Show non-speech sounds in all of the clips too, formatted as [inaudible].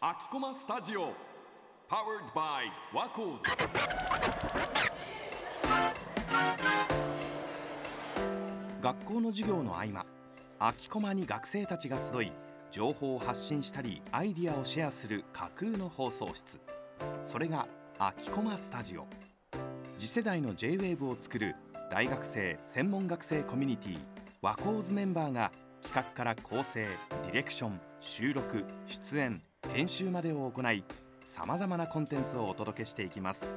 秋駒スタジオ Powered by ワコーズ学校の授業の合間秋駒に学生たちが集い情報を発信したりアイディアをシェアする架空の放送室それが秋駒スタジオ次世代の J-WAVE を作る大学生専門学生コミュニティワコーズメンバーが企画から構成ディレクション収録出演編集までを行いさまざまなコンテンツをお届けしていきます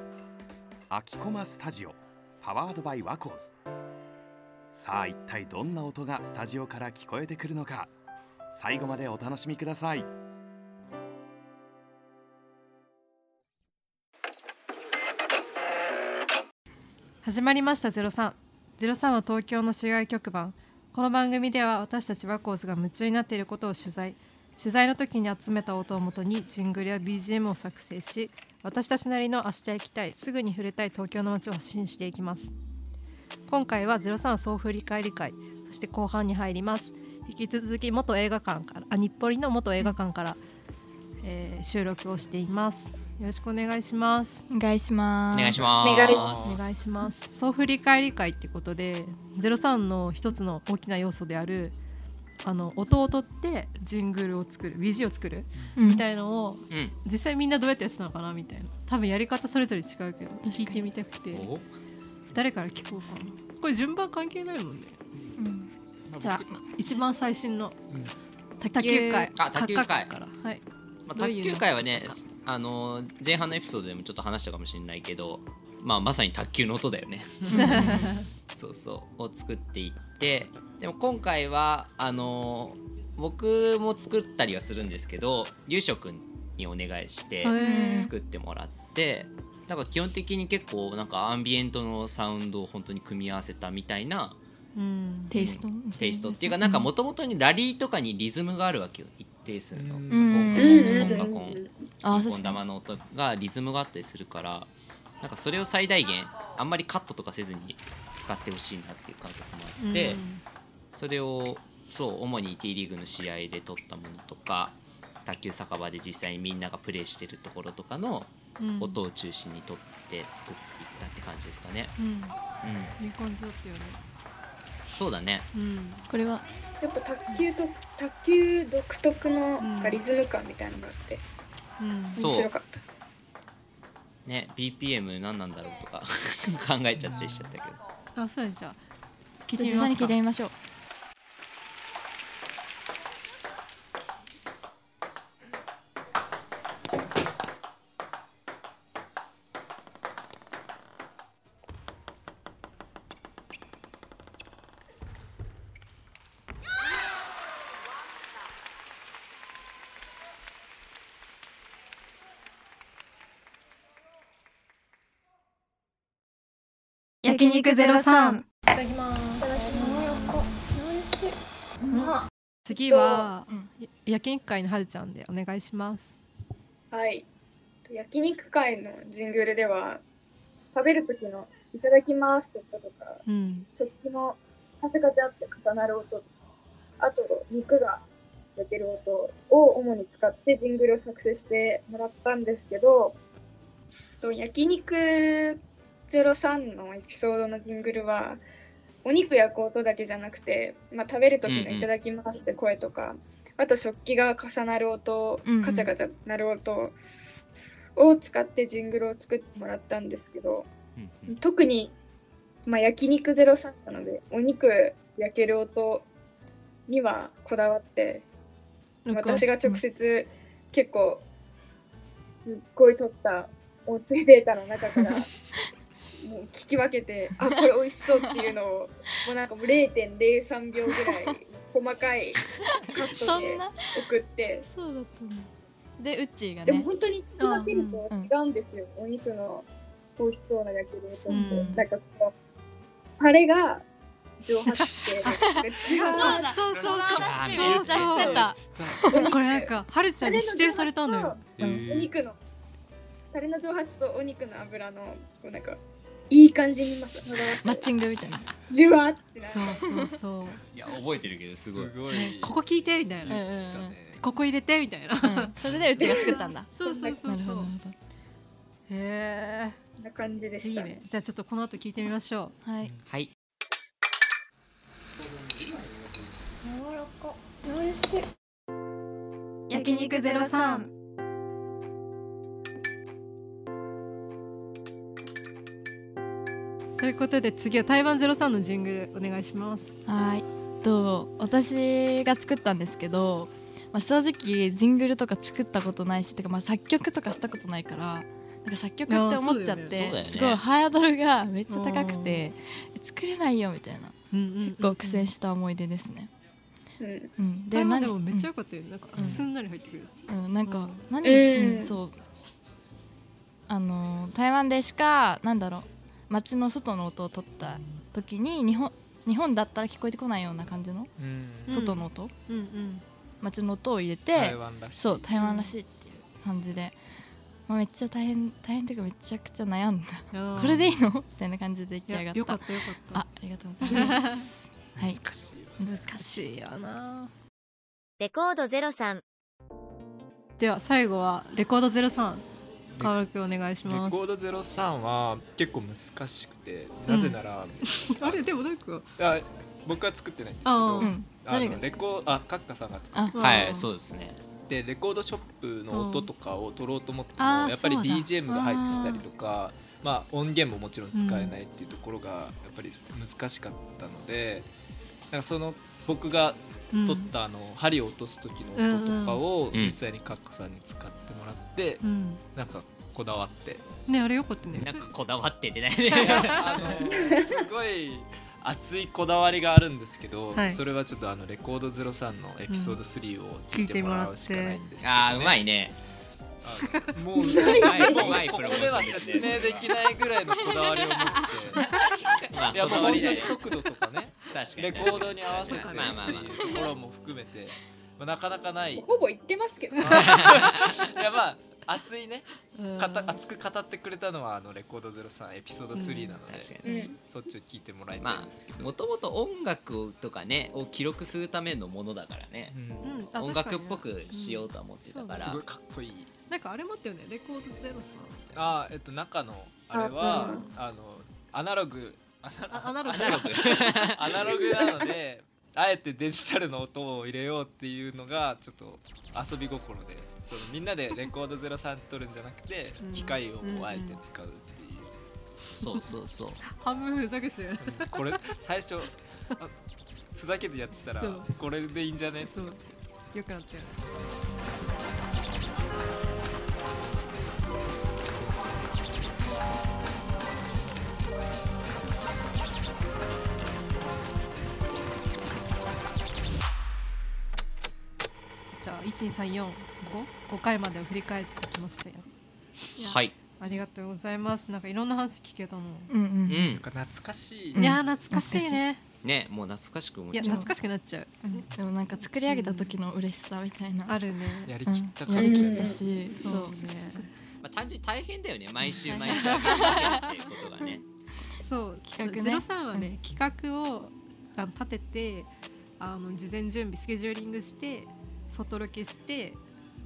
秋駒スタジオパワードバイワコーズさあ一体どんな音がスタジオから聞こえてくるのか最後までお楽しみください始まりました03。03は東京の市外局番。この番組では私たちワコーズが夢中になっていることを取材。取材の時に集めた音をもとにジングルや BGM を作成し、私たちなりの明日行きたい、すぐに触れたい東京の街を発信していきます。今回は03総振り返り会、そして後半に入ります。引き続き元映画館から、あ日暮里の元映画館から、えー収録をしています。よろしくお願いします。お願いしまおす。願いします。お願いしまお願いします総振り返り会ってことで03の一つの大きな要素であるあの音を取ってジングルを作る BG を作るうんみたいのをうん。実際みんなどうやってやってたのかなみたいな多分やり方それぞれ違うけどに聞いてみたくてお誰から聞こうかなこれ順番関係ないもんねうんじゃあ一番最新のうん卓球会あ卓球会各々からはいまあ、どういう卓球界はやねつと、あのー前半のエピソードでもちょっと話したかもしれないけど、まあまさに卓球の音だよね。 [laughs] そうそうを作っていって、でも今回はあのー僕も作ったりはするんですけど、龍翔くんにお願いしてへー作ってもらって。なんか基本的に結構なんかアンビエントのサウンドを本当に組み合わせたみたいなうん [laughs] テイスト。テイストっていうかなんかもともとにラリーとかにリズムがあるわけよ一定数のう音ん楽音楽音あーピンポ確ンかに。玉の音がリズムがあったりするからなんかそれを最大限あんまりカットとかせずに使ってほしいなっていう感覚もあって、それをそう主に T リーグの試合で撮ったものとか卓球酒場で実際にみんながプレーしてるところとかのうんうん音を中心に撮って作っていったって感じですかね。うんうん、いい感じだったよねそうだねうんこれはやっぱ卓球と卓球独特のなんかリズム感みたいなのがあってうんそう面白かった。ね BPM 何なんだろうとか [laughs] 考えちゃったりしちゃったけど。あそうでじゃあ聞いて実み際まにす聞かいてみましょう。焼肉ゼロ三。いただきます次は、うんや焼肉会のはるちゃんでお願いしますはい。焼肉会のジングルでは食べる時のいただきますって音とかうん食器のカチャカチャって重なる音とあと肉が出てる音を主に使ってジングルを作成してもらったんですけどと焼肉03のエピソードのジングルはお肉焼く音だけじゃなくて、まあ、食べる時のうんうんいただきますって声とか、あと食器が重なる音うんうんカチャカチャなる音を使ってジングルを作ってもらったんですけど、うんうん特に、まあ、焼肉ゼロ三なのでお肉焼ける音にはこだわって私が直接結構すっごい取った音声データの中から [laughs] もう聞き分けてあこれ美味しそうっていうのをもうなんかもう0.03秒ぐらい細かいカッそトんでな。送ってそうだったねでウッチーがでもね本当に聞き分けるとうんうん違うんですよ、お肉の美味しそうな焼き肉と、うんなんかこうタレが蒸発して [laughs] めっちゃそうだそうそうそうその話めっちゃしてた。 [laughs] これなんかはるちゃんに指定されたのよタレの蒸発とお肉の油のこうなんかいい感じにまさまだマッチングみたいな。ジュワーってなるそうそうそういや覚えてるけどすごいご [laughs] いここ聞いてみたいいいな、やつだねここ入れてみたいな、うんそれでうちが作ったんだ。そうそうそうなるほそどうなるほへえこんな感じでいしいたねじゃあちょっとこの後聞いてみましょど。はい。はい焼肉ゼロ三。うということで次は台湾ゼロ三のジングルお願いしますはい。と私が作ったんですけど、まあ正直ジングルとか作ったことないし、てかまあ作曲とかしたことないから。なんか作曲って思っちゃっいやそうだよねそうだよてすねごいハードルがめっちゃ高くて作れないよみたいなうんうん結構苦戦した思い出ですね。うんうん、台湾でも何めっちゃ良かったよね、なんかうんすんなり入ってくるやつうん、なんうかん何、うんうんそうあのー台湾でしかなんだろう街の外の音を取った時に日本日本だったら聞こえてこないような感じのうんうん外の音、うんうん街の音を入れて台湾らしいそう台湾らしいっていう感じで、まあ、めっちゃ大変大変っていうかめちゃくちゃ悩んだあーこれでいいのみたいな感じで出い来上がやっよかたったよかったあありがとうございますはい難しいわ難いよなレコードゼロさんでは最後はレコードゼロ三川原くんお願いしレますコード03は結構難しくてなぜなら、あれでもなんかあ僕は作ってないんですけあどう、んあ誰がのレコあカッカさんが作っあはいそうですねてレコードショップの音とかを取ろうと思っても、あーやっぱりそうだ BGM が入ってたりとかまあ音源ももちろん使えないっていうところがやっぱり難しかったので、なんかその僕がうん取ったあの、針を落とす時の音とかをうん実際にカッカさんに使ってもらって、うんなんかこだわってねあれよかったねなんかこだわって出ないねあのすごい熱いこだわりがあるんですけど、はいそれはちょっとあのレコード03のエピソード3を聞いてもらうしかないんですけど、ねあーうまいいねもうもううまいこプロモーこではション説ですね明できないぐらいのこだわりを持ってまあいやこもだうわ本り当だによ速度とかね確かにレコードに合わせてっていまあまあまあうところも含めて、まあ、なかなかないいほぼ言ってますけどやまあ熱いねうんかた熱く語ってくれたのはあのレコード03エピソード3なので、確かにうんそっちを聞いてもらいたいまんですけど、あもともと音楽とかねを記録するためのものだからねうんうんあ音確かに楽っぽくしようとは思ってたかすらごいかっこいいなんかあれもあったよねレコードゼロさあーえっと中のあれはああのアナログ [laughs] アあアナログアナログアナログなのであえてデジタルの音を入れようっていうのがちょっと遊び心でそのみんなでレコード03取るんじゃなくてうん機械をもあえて使うっていう、そうそうそう半分ふざけしてるこれ最初あふざけてやってたらそうこれでいいんじゃねそうよくなったよじゃあ一二三四五五回までを振り返ってきましたよ。はいありがとうございます。なんかいろんな話聞けたの。うんううんんなんか懐かしい、うんいやー懐かしいね。ねもう懐かしく思っいちゃやう懐かしくなっちゃう。うんでもなんか作り上げた時の嬉しさみたいなあるね。やりうんきったや感りじきだっねたしそそううね。まあ、単純に大変だよね毎週毎週上げてやるっていうことがねそう企画ゼねロ三はね、企画をあの立ててあの事前準備スケジューリングして外ロケして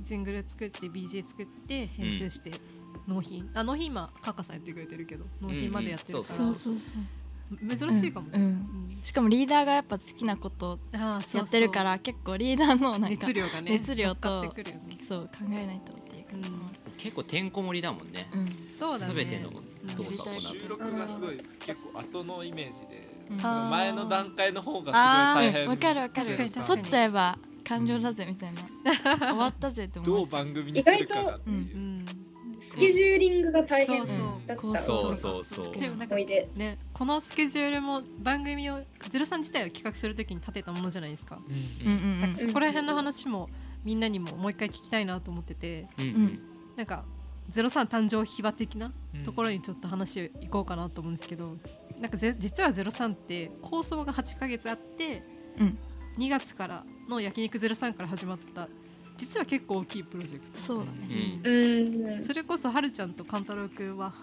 ジングル作って BG 作って編集して、納品あ納品今カカさんやってくれてるけど納品までやってるから、そうそうそう珍しいかも、うんしかもリーダーがやっぱ好きなことうんあーそうそうやってるから結構リーダーのなんか熱量がね熱量乗とっかってくるよねそう考えないとっていう感じもある結構てんこ盛りだもんねうんそうだね全ての動作を行収う録がすごい結構後のイメージで、うんその前の段階の方がすごい大変うんわかるわかる確かに確かに取っちゃえば完了だぜみたいな終わったぜってど思うっちゃう番組にするかがってういうんスケジューリングが大変そうそうだっ構た想そとうかそうそう作でるもなんか思い出ねこのスケジュールも番組を03自体を企画するときに立てたものじゃないですかうんうんうんそこら辺の話もみんなにももう一回聞きたいなと思っててうんうんなんか03誕生秘話的なうんところにちょっと話をいこうかなと思うんですけどなんかぜ実は03って構想が8ヶ月あって、うん2月からの「焼肉03」から始まった実は結構大きいプロジェクトそうだねうんうんそれこそはるちゃんと勘太郎くんは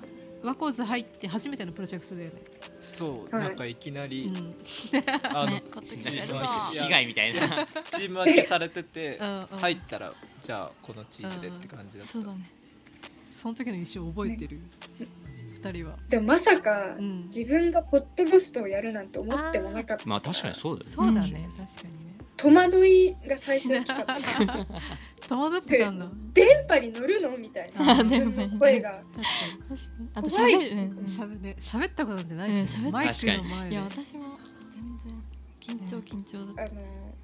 和光図入って初めてのプロジェクトだよね。そう、はいなんかいきなり、うんあのね、こっち来何るぞそのいや [laughs] 被害みたいなチーム分けされててう、んうん入ったらじゃあこのチームでって感じだった、そうだねその時の印象覚えてる二人は。でもまさかうん自分がポッドキャストをやるなんて思ってもなかったまあ確かにそうだよねそうだね確かにね。戸惑いが最初に来 [laughs] た戸惑ってたんだ。電波に乗るのみたいなあ自分の声が確か確かにあと怖い喋るねうんに。しゃべね喋ったことなんてないしね、うん喋ったマイクの前いでや。私も全然緊張緊張だったあの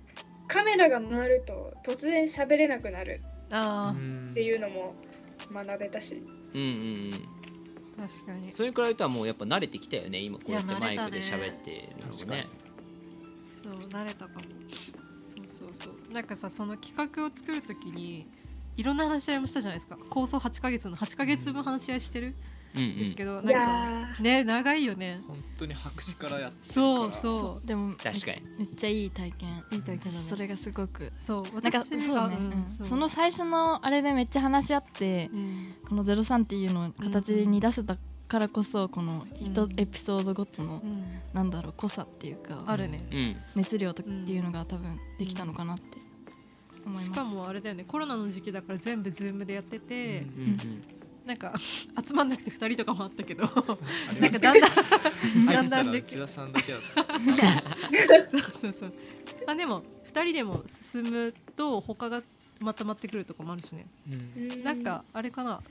カメラが回ると突然喋れなくなるあんっていうのも学べたしうんうんうんあ確かに。それに比べたらもうやっぱ慣れてきたよね今こうやっていやマ慣れイたクねで喋ってる確のかねにそう慣れたかもそうそうそうなんかさその企画を作るときにいろんな話し合いもしたじゃないですか構想8ヶ月の8ヶ月分話し合いしてるうんんうですんけど、いなんかやね長いよね本当に白紙からやってるからそうそうそうでも確かにめっちゃいい体験いい体験だね私それがすごくそうなんか私そうね、がうんうその最初のあれでめっちゃ話し合ってうんこの「03」っていうのを形に出せたからこそこのう一んエピソードごとのうんなんだろう濃さっていうかあるね、うん熱量とかっていうのが多分できたのかなって思いますしかもあれだよねコロナの時期だから全部ズームでやってて、うんなんか [laughs] 集まんなくて2人とかもあったけどありなまんかしただんだんだ入んっただんらで内田さんだけだったそう [laughs] そうそうあでも2人でも進むと他がまとまってくるとこもあるしねうんーなんかあれかな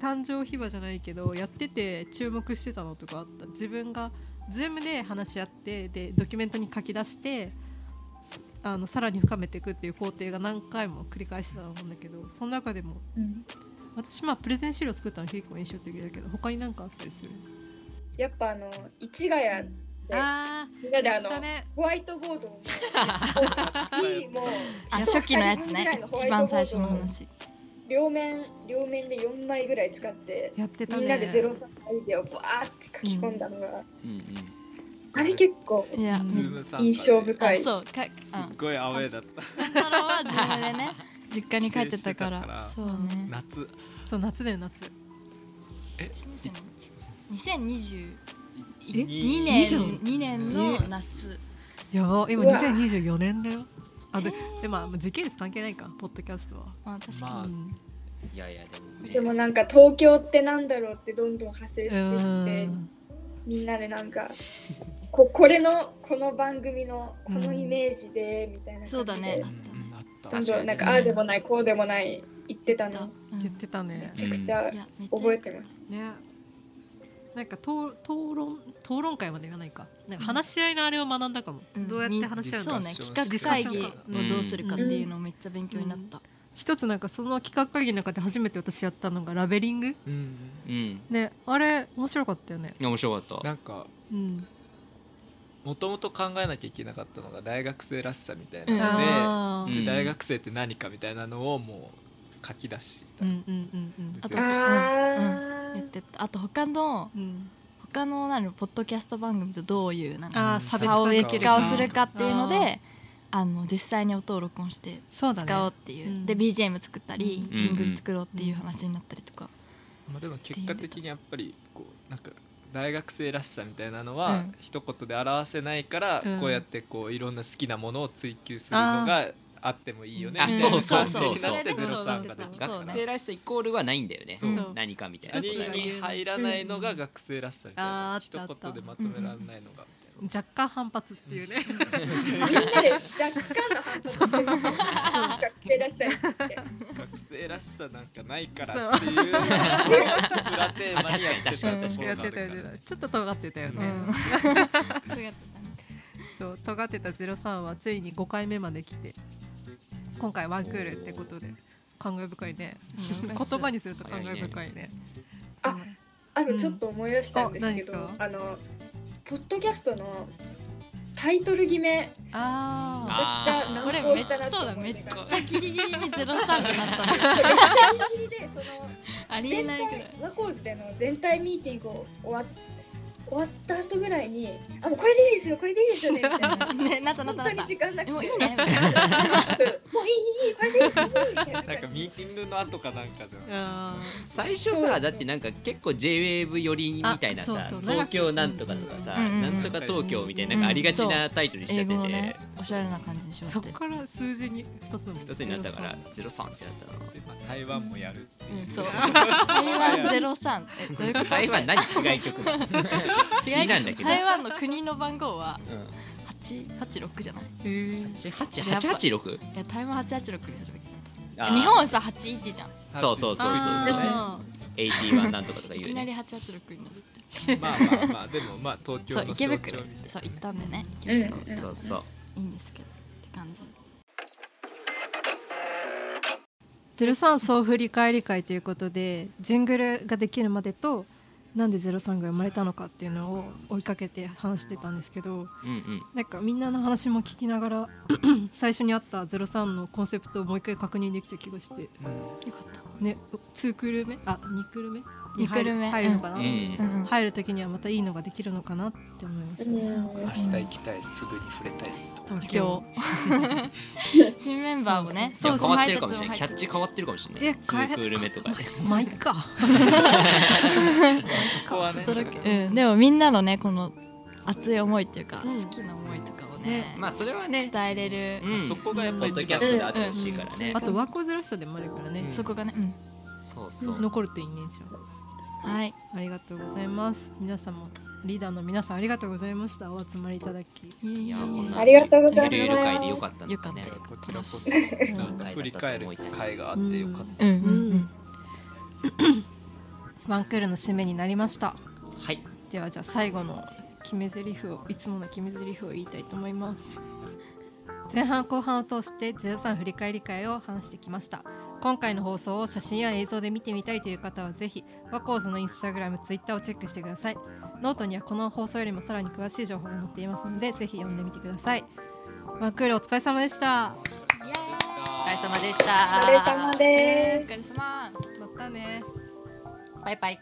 誕生秘話じゃないけどやってて注目してたのとかあった自分が Zoom で話し合ってでドキュメントに書き出してあのさらに深めていくっていう工程が何回も繰り返してたと思うんだけどその中でもうん私まあプレゼン資料作ったの結構印象的だけど他に何かあったりするやっぱあの市ヶ谷であみんなであーのねホワイトボードを [laughs] しもうあ初期のやつね一番最初の話両面両面で4枚ぐらい使ってやってたみねんなでゼロ三のアイデアをバーって書き込んだのが、うんうんあれ結構いやズーム参加で印象すあ深い。そうかあっごいアウェーだった太郎は自分で [laughs] ね実家に帰ってたから帰省してたからそうね夏そう夏だよ夏2020え2に以上年二年の夏やば今うわ2024年だよあでえーでもあ時系列関係ないかポッドキャストは、まあ確まあかうんいやいやでもねでもなんか東京ってなんだろうってどんどん派生してういってんみんなでなんかここれのこの番組のこのイメージでみたいな感にじでそうだねうあっんなったどん確どかんになんかああでもないこうでもない言ってたたのうん言ってたねめちゃくちゃいやめっちゃ覚えてます。ねなんか討討論討論会まで言わないかなんか話し合いのあれを学んだかも、うんどうやって話し合うのそか、ううねね企画会議をどうするかっていうのをめっちゃ勉強になった、一つなんかその企画会議の中で初めて私やったのがラベリングうんうんいねあれ面白かったよねや面白かったなんかうんもともと考えなきゃいけなかったのが大学生らしさみたいうんなので、あーうんで大学生って何かみたいなのをもう書き出した、うんうんうんうんあとうあんあやってったあと他のうん他のなるポッドキャスト番組とどういうなんあーかうん差別差化をで別きる化かをするかっていうのあであの実際に音を録音してそうだね使おうっていう、うんで BGM 作ったり、うんジングル作ろうっていう話になったりとか、まあ、でも結果的にやっぱりこうなんか大学生らしさみたいなのはうん一言で表せないから、うんこうやってこういろんな好きなものを追求するのがあってもいいよねあみたいなそう感そじうそうになってそうゼロ三ができたそう学ね生らしさイコールはないんだよねそう何かみたいな二そう人に入らないのが学生らしさみたいあーあなったあった一言でまとめられないのがみたい若干反発って [laughs] いうね、みんなで若干の反発してますよ。学生らしさについて。な学生らしさなんかないからっていう裏テーマにやってたところやがあるってたからやってたちょっと尖ってたよね、うんそうやってたねそう尖ってた03はついに5回目まで来て今回ワンクールってことで感慨深いねうん言葉にすると感慨深いねあそうあとちょっと思い出したんですけど、うんお何ですあのポッドキャストのタイトル決めめちあゃくちゃあー難航したなってそう思だめいっち出がゃギリギリにゼロ三になったのギリギリでそのありえ全ないぐらい体ワコーズでの全体ミーティングを終わっ終わった後ぐらいに「あもうこれでいいですよこれでいいですよね」みたい [laughs] なねなったなっ本た当なにっ時間なたくてもういいうんねみたいな [laughs] もういいいいいいこれでいいこれでいいみたいななんかミーティングの後かなんかじゃない最初さだってなんか結構 JWAVE 寄りみたいなあさそうそう東京なんとかとかさ、うんうんなんとか東京みたいななんかありがちなタイトルにしちゃっ英てて、語をねおしゃれな感じにしようそっこてから数字に一つの一つになったから03ってなったのでまあ台湾もやるっていう、そう台湾ゼロ三えどういうこと台湾何市街局なの違違なんだけど台湾の国の番号はうん八八六じゃない8 886? いや台湾八八六にするべきあー日本はさ八一じゃんそうそうそうそうあそうねあ81なんとかとかーい言きうなりね八八六になるってーまあまあまあでもまあ東京そのう象池徴みたい袋なそう行ったんでねうんそうそうそうそういいんですけどって感じ03総振り返り会ということでジングルができるまでとなんで03が生まれたのかっていうのを追いかけて話してたんですけどうんうんなんかみんなの話も聞きながら最初にあった03のコンセプトをもう一回確認できた気がしてよかったね2クール目あ2クール目二クール目に入る入るのかな、うんうんうん入る時にはまたいいのができるのかなって思いました、明日行きたいすぐに触れたい東今日新メンバーもねいや変わってるか新配もし達れないキャッチ変わってるかもしれなえいツークール目とかでまあいっかそこはね入ってるうんでもみんなのねこの熱い思いっていうかうん好きな思いとかをねまあそれはね伝えれるうんそこがやっぱポッド一キャ番ストであってほしいからね [laughs] あと和光ゼロ室でもあるからね、そこがねうんそうそう残るといいねじゃあはいありがとうございます。皆様、リーダーの皆さんありがとうございました。お集まりいただき。いいやこんなありがとうございますゆるゆる会でよかったよのかかったねよこちらこそなんか振り返る会があってよかったうんうんうんワンクールの締めになりました。はいではじゃあ最後の決め台詞をいつもの決め台詞を言いたいと思います前半後半を通して03振り返り会を話してきました今回の放送を写真や映像で見てみたいという方はぜひワコーズのインスタグラムツイッターをチェックしてくださいノートにはこの放送よりもさらに詳しい情報が載っていますのでぜひ読んでみてくださいワンクールお疲れ様でしたお疲れ様でしたお疲れ様でおす疲れ様またねバイバイ